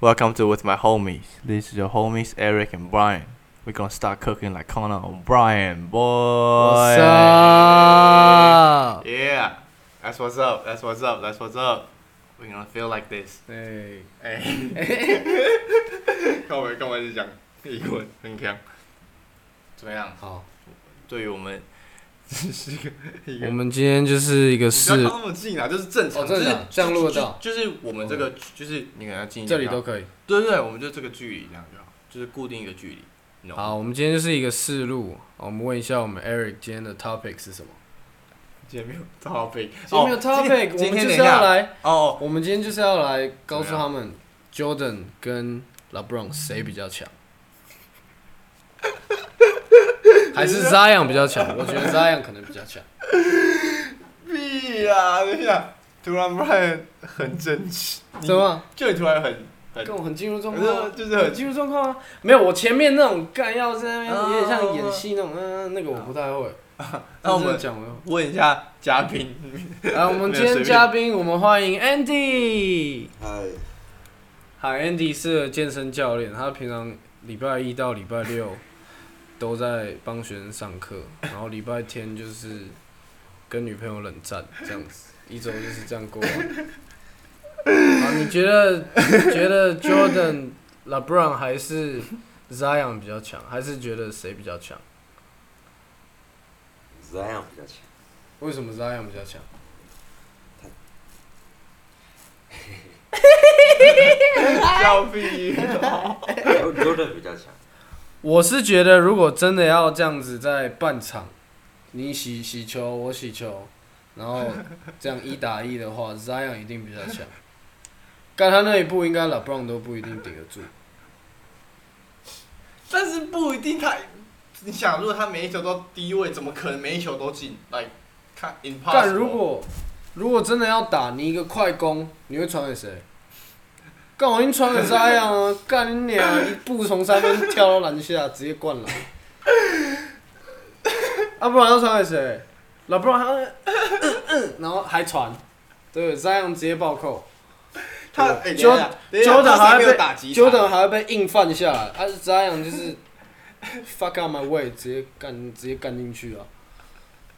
Welcome to With My Homies. This is your homies Eric and Brian. We're gonna start cooking like Conan O'Brien, boy. What's up? Yeah, that's what's up. That's what's up. That's what's up. We're gonna feel like this. 对，哎，看我，看我是讲英文，很强。怎么样？好，对于我 们，这是一个一个我们今天就是一个不要试，靠那么近啊，就是正常，哦正常就是这样录得到就就是我们这个，就是你啊给它近一这点，里都可以。对对对，我们就这个距离这样就好，就是固定一个距离。你懂吗，好，我们今天就是一个试录。好我们问一下我们 Eric 今天的 topic 是什么？今天没有 topic，今天没有哦 topic，我今天今们天等一就是下要来，哦，我们今天就是要来告诉怎么他样们 Jordan 跟 LeBron 谁比较 强，还是 Zion 比较强？我觉得 Zion 可能比较强。屁呀！等一下，哦突然不然很真实，你怎？么？就你突然很很跟我很进入状况啊呃，。就是很进入状况啊，没有，我前面那种干要在那啊边有点像演戏那种，嗯，那个我不太会。那我这真的们讲了，问一下嘉 宾，啊，我们今没有随天便嘉宾，我们欢迎 Andy。嗨，好，Andy 是健身教练，他平常礼拜一到礼拜六 都在帮学生上课，然后礼拜天就是跟女朋友冷战这样子，一周就是这样过完。啊，你觉得 觉得 Jordan、LeBron 还是 Zion 比较强，还是觉得谁比较强？这样比较强。为什么 Zion 比较强？笑屁。 Jordan 比较强，我是觉得，如果真的要这样子在半场，你洗洗球，我洗球，然后这样一打一的话，Zion 一定比较强。干他那一步，应该 LeBron 都不一定顶得住。但是不一定他，你想，如果他每一球都低位，怎么可能每一球都进？来看 impossible。但如果如果真的要打，你一个快攻，你会传给谁？干我已经传给 Zion 啊！干你俩一步从三分跳到篮下，直接灌篮。啊，不然要传给谁？老布朗他， 嗯嗯，然后还传，对，Zion 直接暴扣。他哎等一下 Jordan- 等一下 Jordan 他还是没有被打击 Jordan 还会被硬犯下来，而、啊、Zion 就是 fuck out my way，直接干直接干进去啊，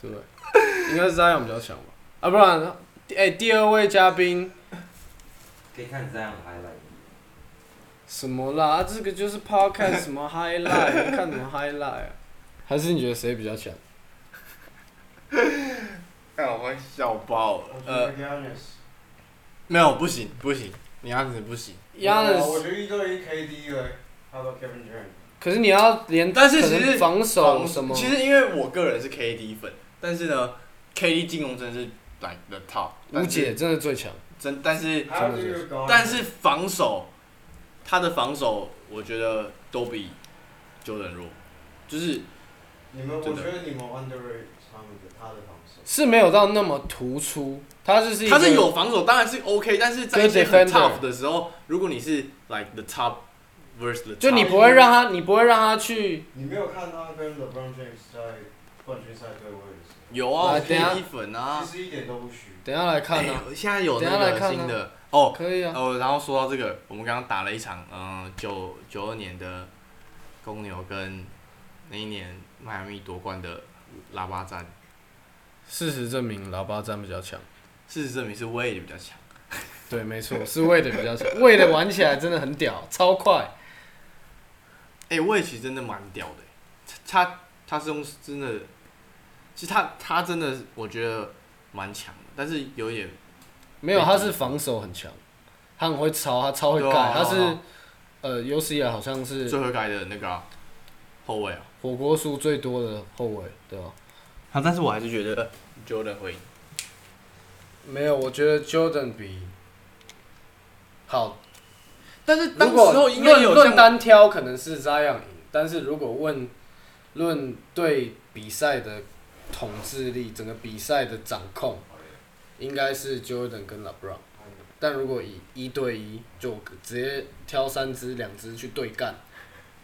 对不对？应该是 Zion 比较强吧？啊，不然，哎、第二位嘉宾可以看这样 highlight。什么啦？啊、这个就是 podcast 什么 highlight，看什 么 highlight，、啊、还是你觉得谁比较强？哎，我会笑爆了。呃，呃，没有，不行，不行，你样子不行。亚哦我的，觉得一对一 KD 嘞，他到 Kevin Durant，可是你要连，但是可能其实防守防什么，其实因为我个人是 KD 粉，但是呢，KD 进攻真的是 like the top。吴姐真的最强。真，但是还有这个高，但是防守，他的防守我觉得都比 Jordan 弱，就是你们我觉得你们 underrate 他们的他的防守，是没有到那么突出，他就是一个他是有防守，当然是 OK，但是在一些很 Good defender tough 的时候，如果你是 like the top versus the top，就你不会让他，你不会让他去。你没有看他跟 LeBron James 在冠军赛对位的时有啊，我来等一下 KD 粉啊候，其，实一点都不虚。等一下来看 啊，哎现在有那等一下来个看啊新的哦，可以啊。哦，然后说到这个，我们刚刚打了一场，嗯、九九二年的公牛跟那一年迈阿密夺冠的拉巴战，事实证明，喇叭站比较强。事实证明是威力比较强。对，没错，是为的比较强，为的玩起来真的很屌，超快。哎、威其实真的蛮屌的、他他他是用真的，其实他他真的我觉得蛮强的，但是有点没有，他是防守很强，他很会抄，他超会对啊盖，对他啊是呃有史以来好像是最后改的那个啊、后卫啊。火锅数最多的后卫，对吧？啊，但是我还是觉得 Jordan 会赢。没有，我觉得 Jordan 比好。但是当如时果候应该论有论像单挑可能是 Zion 赢，但是如果问论对比赛的统治力，整个比赛的掌控，应该是 Jordan 跟 LeBron。但如果以一对一，就直接挑三支两支去对干，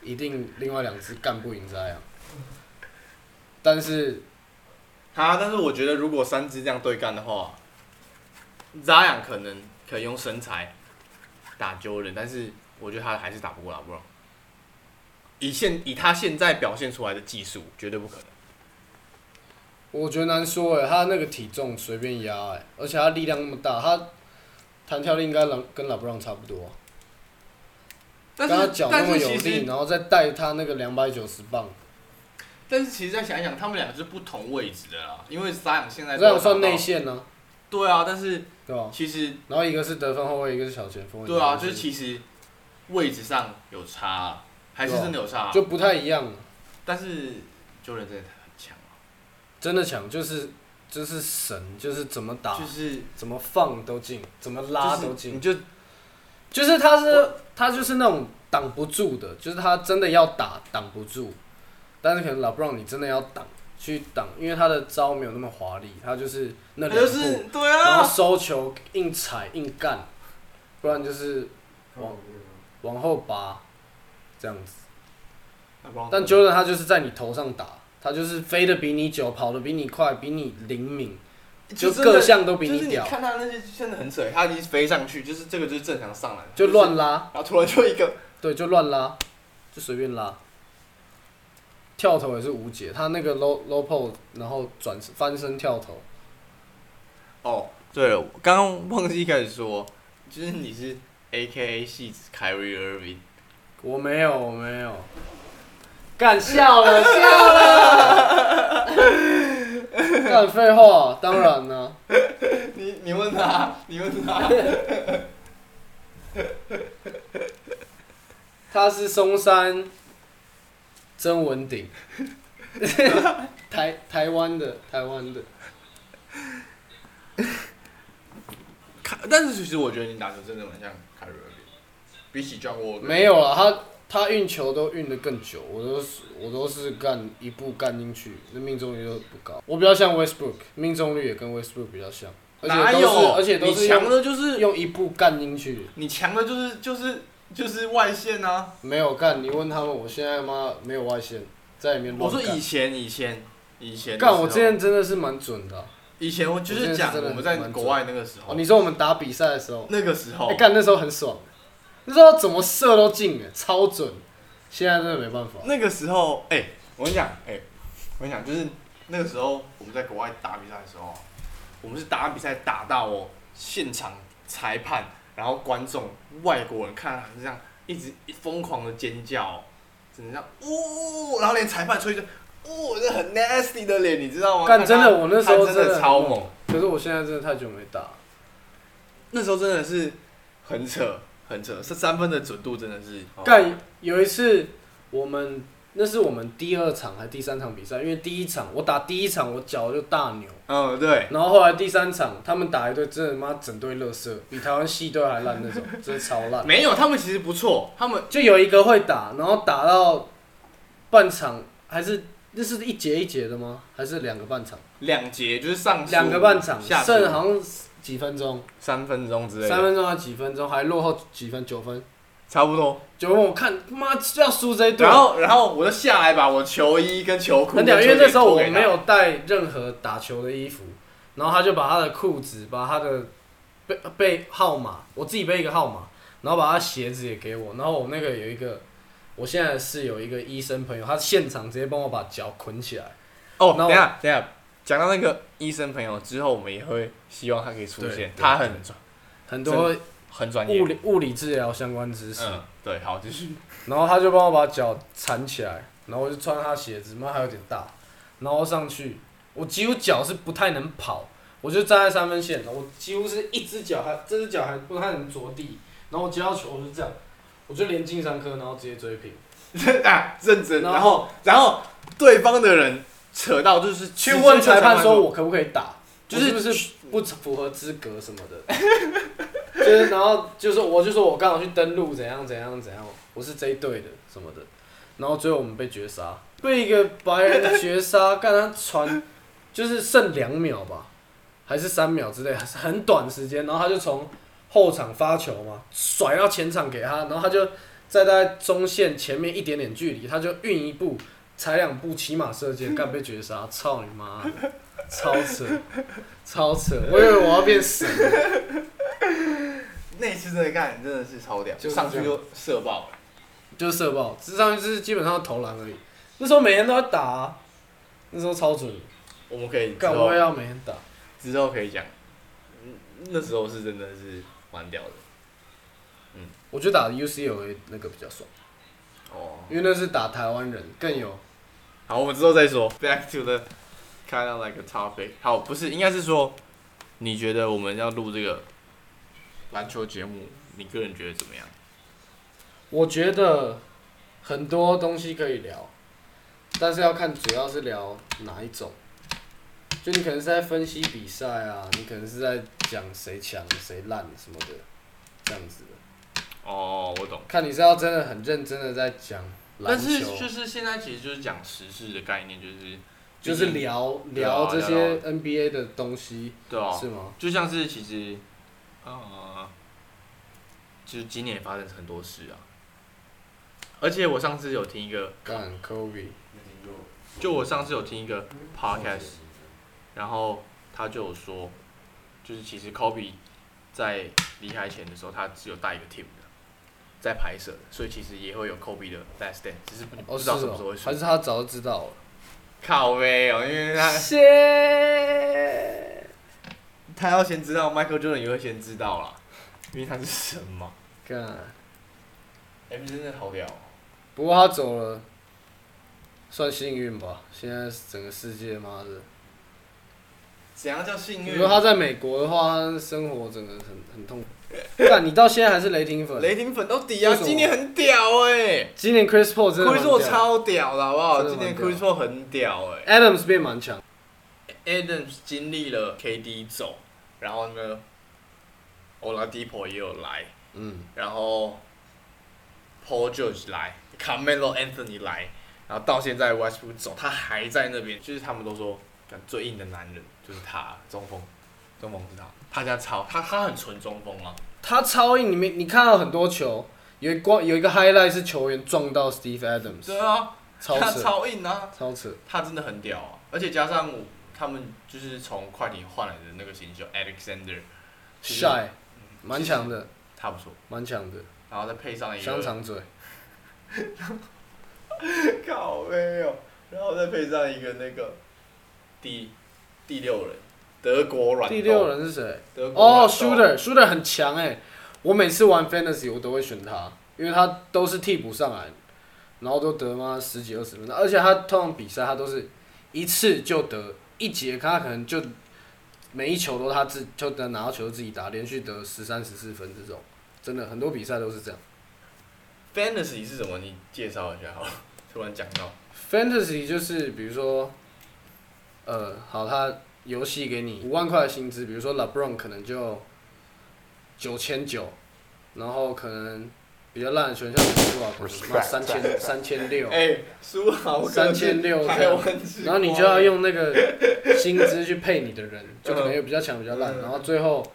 一定另外两支干不赢 Zion。但是啊，但是我觉得如果三支这样对干的话，扎养可能可以用身材打 Jordan，但是我觉得他还是打不过拉布朗。以现以他现在表现出来的技术，绝对不可能。我觉得难说哎，他那个体重随便压哎，而且他力量那么大，他弹跳力应该朗跟拉布朗差不多啊、但跟他是脚那但么是有其力，实，然后再带他那个两百九十磅，但是其实再想一想，他们俩是不同位置的啦，因为沙朗现在这样都算打到内。线呢、对啊，但是对吧？其实然后一个是得分后卫，一个是小前锋。对啊，一就个是其实位置上有差啊，还是真的有差啊。就不太一样了，但是 Jordan 真的很强啊，真的强就是就是神，就是怎么打、就是怎么放都进，怎么拉就都是进，你就就是他是他就是那种挡不住的，就是他真的要打挡不住，但是可能老布朗你真的要挡去挡，因为他的招没有那么华丽，他就是那他两就步，是对然啊，后收球硬踩硬干，不然就是往后拔这样子。但 Jordan 他就是在你头上打，他就是飞得比你久，跑得比你快，比你灵敏，就真的各项都比就是你你屌，看他那些真的很扯，他已经飞上去，就是这个就是正常上来的，就是乱拉，然后突然就一个对，就乱拉，就随便拉。跳投也是无解，他那个 low low pole，然后转身翻身跳投，哦，对了，我刚刚忘记一开始说，就是你是 A K A 戏子 Kyrie Irving，我没有，我没有，干笑了，笑了， 干废话，当然啦、你你问他，你问 他，他是松山曾文鼎， 台台湾的台湾的，凯但是其实我觉得你打球真的蛮像 Kyrie Irving，比起 John Wall 没有啊了，他他运球都运得更久，我都是我都是干一步干进去，那命中率都不高。我比较像 Westbrook，命中率也跟 Westbrook 比较像，而哪且都有？是而且都是你强用的就是用一步干进去，你强的就是就是就是外线啊！没有干。你问他们，我现在妈没有外线，在里面我乱说以干。前以前以前的干，时我候之前真的是蛮准的啊、以前我就是讲我们在国外那个时哦，候，你说我们打比赛的时候，那个时候哎、干那时候很爽，那时候怎么射都进，哎超准。现在真的没办法，那个时候哎、我跟你讲哎、我跟你讲就是那个时候我们在国外打比赛的时候啊，我们是打比赛打到哦现场裁判然后观众外国人看这样一直疯狂的尖叫哦、只能这样呜、然后连裁判吹着呜、这很 nasty 的脸，你知道吗？干看真他的我那时候他真真的嗯的很超猛猛。可是我现在真的太久没打。那时候真的是很扯，很扯，这三分的准度真的是哦干有一次我们那是我们第二场还是第三场比赛，因为第一场我打第一场我脚就大扭，嗯，对，然后后来第三场他们打一队真的妈整队乐色，比台湾系队还烂那种， 真的超烂。没有，他们其实不错，他们就有一个会打，然后打到半场还是那是一节一节的吗？还是两个半场？两节就是上两个半场，下剩好像几分钟，三分钟之类三的，分钟还几分钟，还落后几分？九分，差不多。九分，我看妈要输这一队。然后，然后我就下来把我球衣跟球裤很跟球屌，鞋因为那时候我脱给他没有带任何打球的衣服，然后他就把他的裤子，把他的背背号码，我自己背一个号码，然后把他鞋子也给我，然后我那个有一个，我现在是有一个医生朋友，他现场直接帮我把脚捆起来。哦，然后等一下，等一下，讲到那个医生朋友之后，我们也会希望他可以出对现对，他很专很多很专业物，理物理治疗相关知识，嗯，对，好，继 续。然后他就帮我把脚缠起来，然后我就穿他鞋子，妈还有点大，然后上去，我几乎脚是不太能跑，我就站在三分线，我几乎是一只脚还这只脚还不太能着地，然后我接到球我就这样，我就连进三颗，然后直接追平，啊，认真，然然后，然后对方的人扯到就是去问裁判说我。我可不可以打，就就是是不是不符合资格什么的， 就是然后就是我就说我刚好去登录怎样怎样怎样，我是这一队的什么的，然后最后我们被绝杀，被一个白人绝杀，干他传就是剩两秒吧，还是三秒之类，很短时间，然后他就从后场发球嘛，甩到前场给他，然后他就在大概中线前面一点点距离，他就运一步。踩两步骑马射箭，干被绝杀，操你妈的！ 超扯，超扯！我以为我要变神了，那一次真的干真的是超屌，就是这上样去就射爆了。就是射爆，之上就是基本上投篮而已。那时候每天都要打、啊，那时候超准，我们可以之干我后也要每天打。之后可以讲，嗯那时候是真的是蛮屌的。我觉得打 UCLA 那个比较爽，哦，因为那是打台湾人，更有好，我们之后再说。Back to the kind of like a topic。好，不是，应该是说，你觉得我们要录这个篮球节目，你个人觉得怎么样？我觉得很多东西可以聊，但是要看主要是聊哪一种。就你可能是在分析比赛啊，你可能是在讲谁强谁烂什么的，这样子的。哦，我懂。看你是要真的很认真的在讲篮但球，是就是现在其实就是讲时事的概念，就是就是聊对啊聊这些聊 NBA 的东西，对啊，是吗？就像是其实，呃，就是今年也发生很多事啊。而且我上次有听一个，干 Kobe，没听过。就我上次有听一个嗯 podcast，是然后他就有说，就是其实 Kobe 在离开前的时候，他只有带一个 team 的，在拍摄的，所以其实也会有 Kobe 的 last stand，只是不哦不知是道什么时候哦会，出还。是他早就 知道了。靠呗哦，因为他谢，他要先知道，Michael Jordan 也会先知道 啦，因为他是神嘛。干。 M 真的好屌、哦，不过他走了，算幸运吧。现在整个世界妈的，怎样叫幸你运？说他在美国的话，他生活整个很很痛苦。但你到现在还是雷霆粉，雷霆粉都底为啊，什么今年很屌哎、欸、今年 Chris Paul 真的，Chris 蛮 Paul 屌超屌的好不好？真的今蛮年屌 Chris Paul 很屌哎、 ，Adams 变蛮强， Adams 经历了 KD 走，然后呢，Oladipo 也有来，嗯，然后 Paul George 来，Carmelo Anthony 来，然后到现在 Westbrook 走，他还在那边，就是他们都说，干最硬的男人就是他，中锋，中锋是他，他家超，他他很纯中锋啊，他超硬。你没你看到很多球，有一光有一个 highlight 是球员撞到 Steve Adams，对啊，超他扯，超硬啊，超扯。他真的很屌啊，而且加上我他们就是从快艇换来的那个新秀 Alexander，其实 Shy，蛮强的，他不错，蛮强的，然后再配上一个香肠嘴。靠没有，然后再配上一个那个第第六人，德国软豆第六，人是谁？德国哦、软豆 s h o o t e r s h o o t e r 很强哎、我每次玩 Fantasy 我都会选他，因为他都是替补上来，然后都得妈十几二十分，而且他通常比赛他都是一次就得一节，他可能就每一球都他自就能拿到球自己打，连续得十三十四分这种，真的很多比赛都是这样。 Fantasy 是什么？你介绍一下好了。突然讲哦到， Fantasy 就是比如说，呃，好，他游戏给你五万块的薪资，比如说 LeBron 可能就九千九，然后可能比较烂的球员像输啊，可能三千三千六，哎，输好3600台湾之光然后你就要用那个薪资去配你的人，就可能有比较强比较烂，嗯然后最后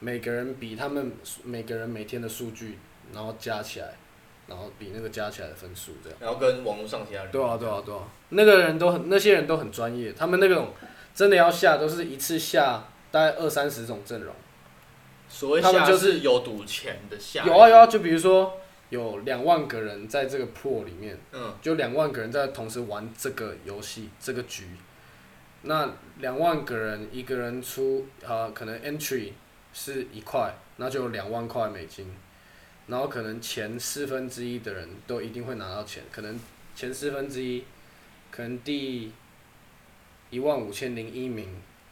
每个人比他们每个人每天的数据，然后加起来，然后比那个加起来的分数这样。然后跟网络上其他人对啊，对啊，对啊，那个人都很，那些人都很专业，他们那种真的要下都是一次下大概二三十种阵容，所谓他们下就是有赌钱的下，有啊有啊，，就比如说有两万个人在这个 Pro 里面，嗯，就两万个人在同时玩这个游戏这个局，那两万个人一个人出啊、呃可能 entry 是一块，那就有两万块美金，然后可能前四分之一的人都一定会拿到钱，可能前四分之一，可能第一万五千零一名，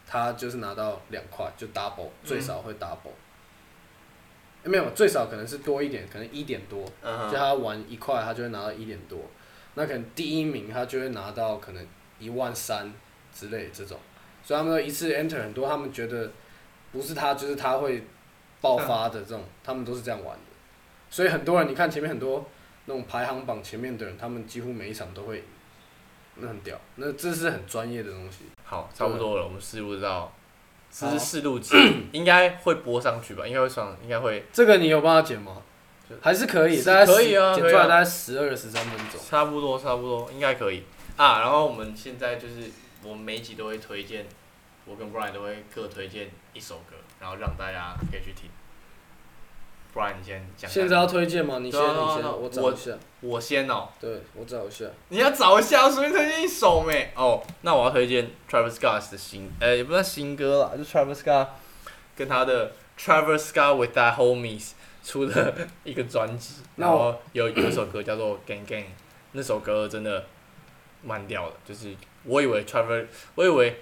他就是拿到两块，就 double 最少会 double，、诶没有最少可能是多一点，可能一点多，嗯就哼，他玩一块，他就会拿到一点多，那可能第一名他就会拿到可能一万三之类这种，所以他们都一次 enter 很多，他们觉得不是他就是他会爆发的这种，他们都是这样玩的，所以很多人你看前面很多那种排行榜前面的人，他们几乎每一场都会赢，那很屌，那这是很专业的东西，好，差不多了，我们试录到，这好是试录集，应该会播上去吧？应该会上，应该会这个你有帮他剪吗就？还是可以，是大概可以10啊剪可以出来啊大概十二十三分钟。差不多，差不多，应该可以啊。然后我们现在就是，我们每一集都会推荐，我跟 Brian 都会各推荐一首歌，然后让大家可以去听。不然你先讲。现在要，推荐吗？你先，对啊对你啊先，对啊我找我一下。我先哦、对，我找一下。你要找一下，我随便推荐一首没？哦，那我要推荐 Travis Scott 的新，呃、也不算新歌啦，就 Travis Scott 跟他的 Travis Scott with That Homies 出的一个专辑，那然我后有有一首歌叫做 Gang Gang，那首歌真的蛮屌的，就是我以为 Travis，我以为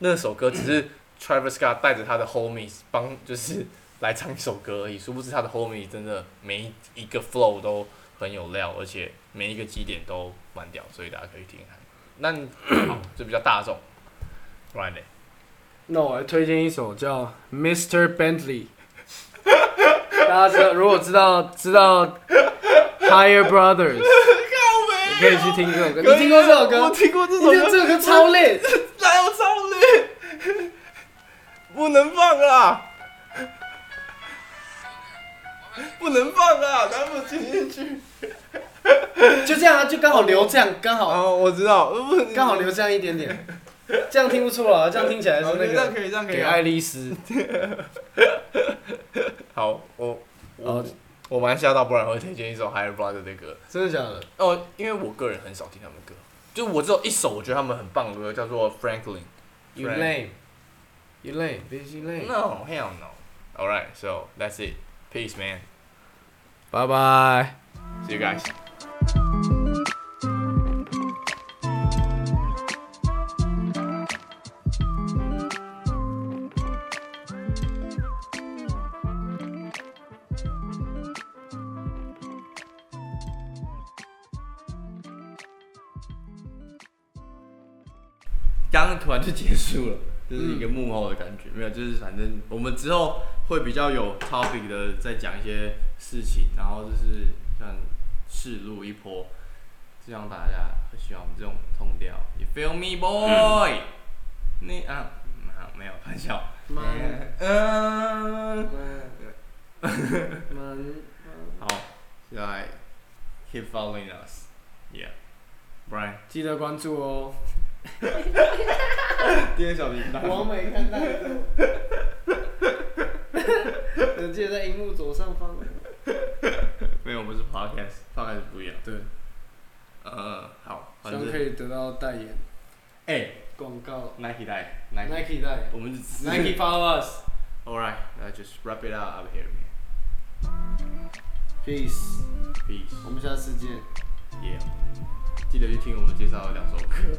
那首歌只是 Travis Scott 带着他的 Homies 帮，就是来唱一首歌而已，殊不知他的 Homies 真的每一个 flow 都。很有料，而且每一个基点都蛮屌，所以大家可以听听看。那你好，就比较大 众，right？嘞那我来推荐一首叫《Mr. Bentley》，大家知道，如果知道知道 Higher Brothers，你可以去听这首歌。你听过这首歌啊我？听过这你首听歌，过这首歌超累。哪有超累？不能放啊！不能放啊！咱们进进去。就这样啊，就刚好留这样，刚好哦，我知道， 呃不刚好留这样一点点，这样听不出来，这样听起来是哦那这样个可以，这样可给以爱丽丝。好，我我哦我蛮吓到，不然我会推荐一首 Higher Brother 的歌。真的假的？哦，因为我个人很少听他们的歌，就我只有一首我觉得他们很棒的歌，叫做 Franklin。 You Right. lame, you lame, bitch, you lame. No, hell no. All right, so that's it. Peace, man. Bye bye. See you guys.，刚刚突然就结束了，就是一个幕后的感觉，没有，就是反正我们之后会比较有 topic 的再讲一些事情，然后就是像试录一波，希望大家会喜欢我们这种痛调，You feel me, boy？、你啊，嗯好没有开玩笑， Man, 嗯， man, man. 好，现在 keep following us, yeah, Brian，记得关注哦。第二小铃铛。王美看到， 你记得在荧幕左上方。没有，我们是 podcast，podcast 不一样。对，呃，好，希反望正可以得到代言哎、广 告 n i k e 带 Nike， ，Nike 代言 我们只，Nike follow us。 All right, I just wrap it up up here, man. Peace， Peace. 我们下次见。 Yeah. 记得去听我们介绍的两首歌。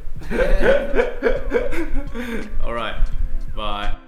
All right, bye.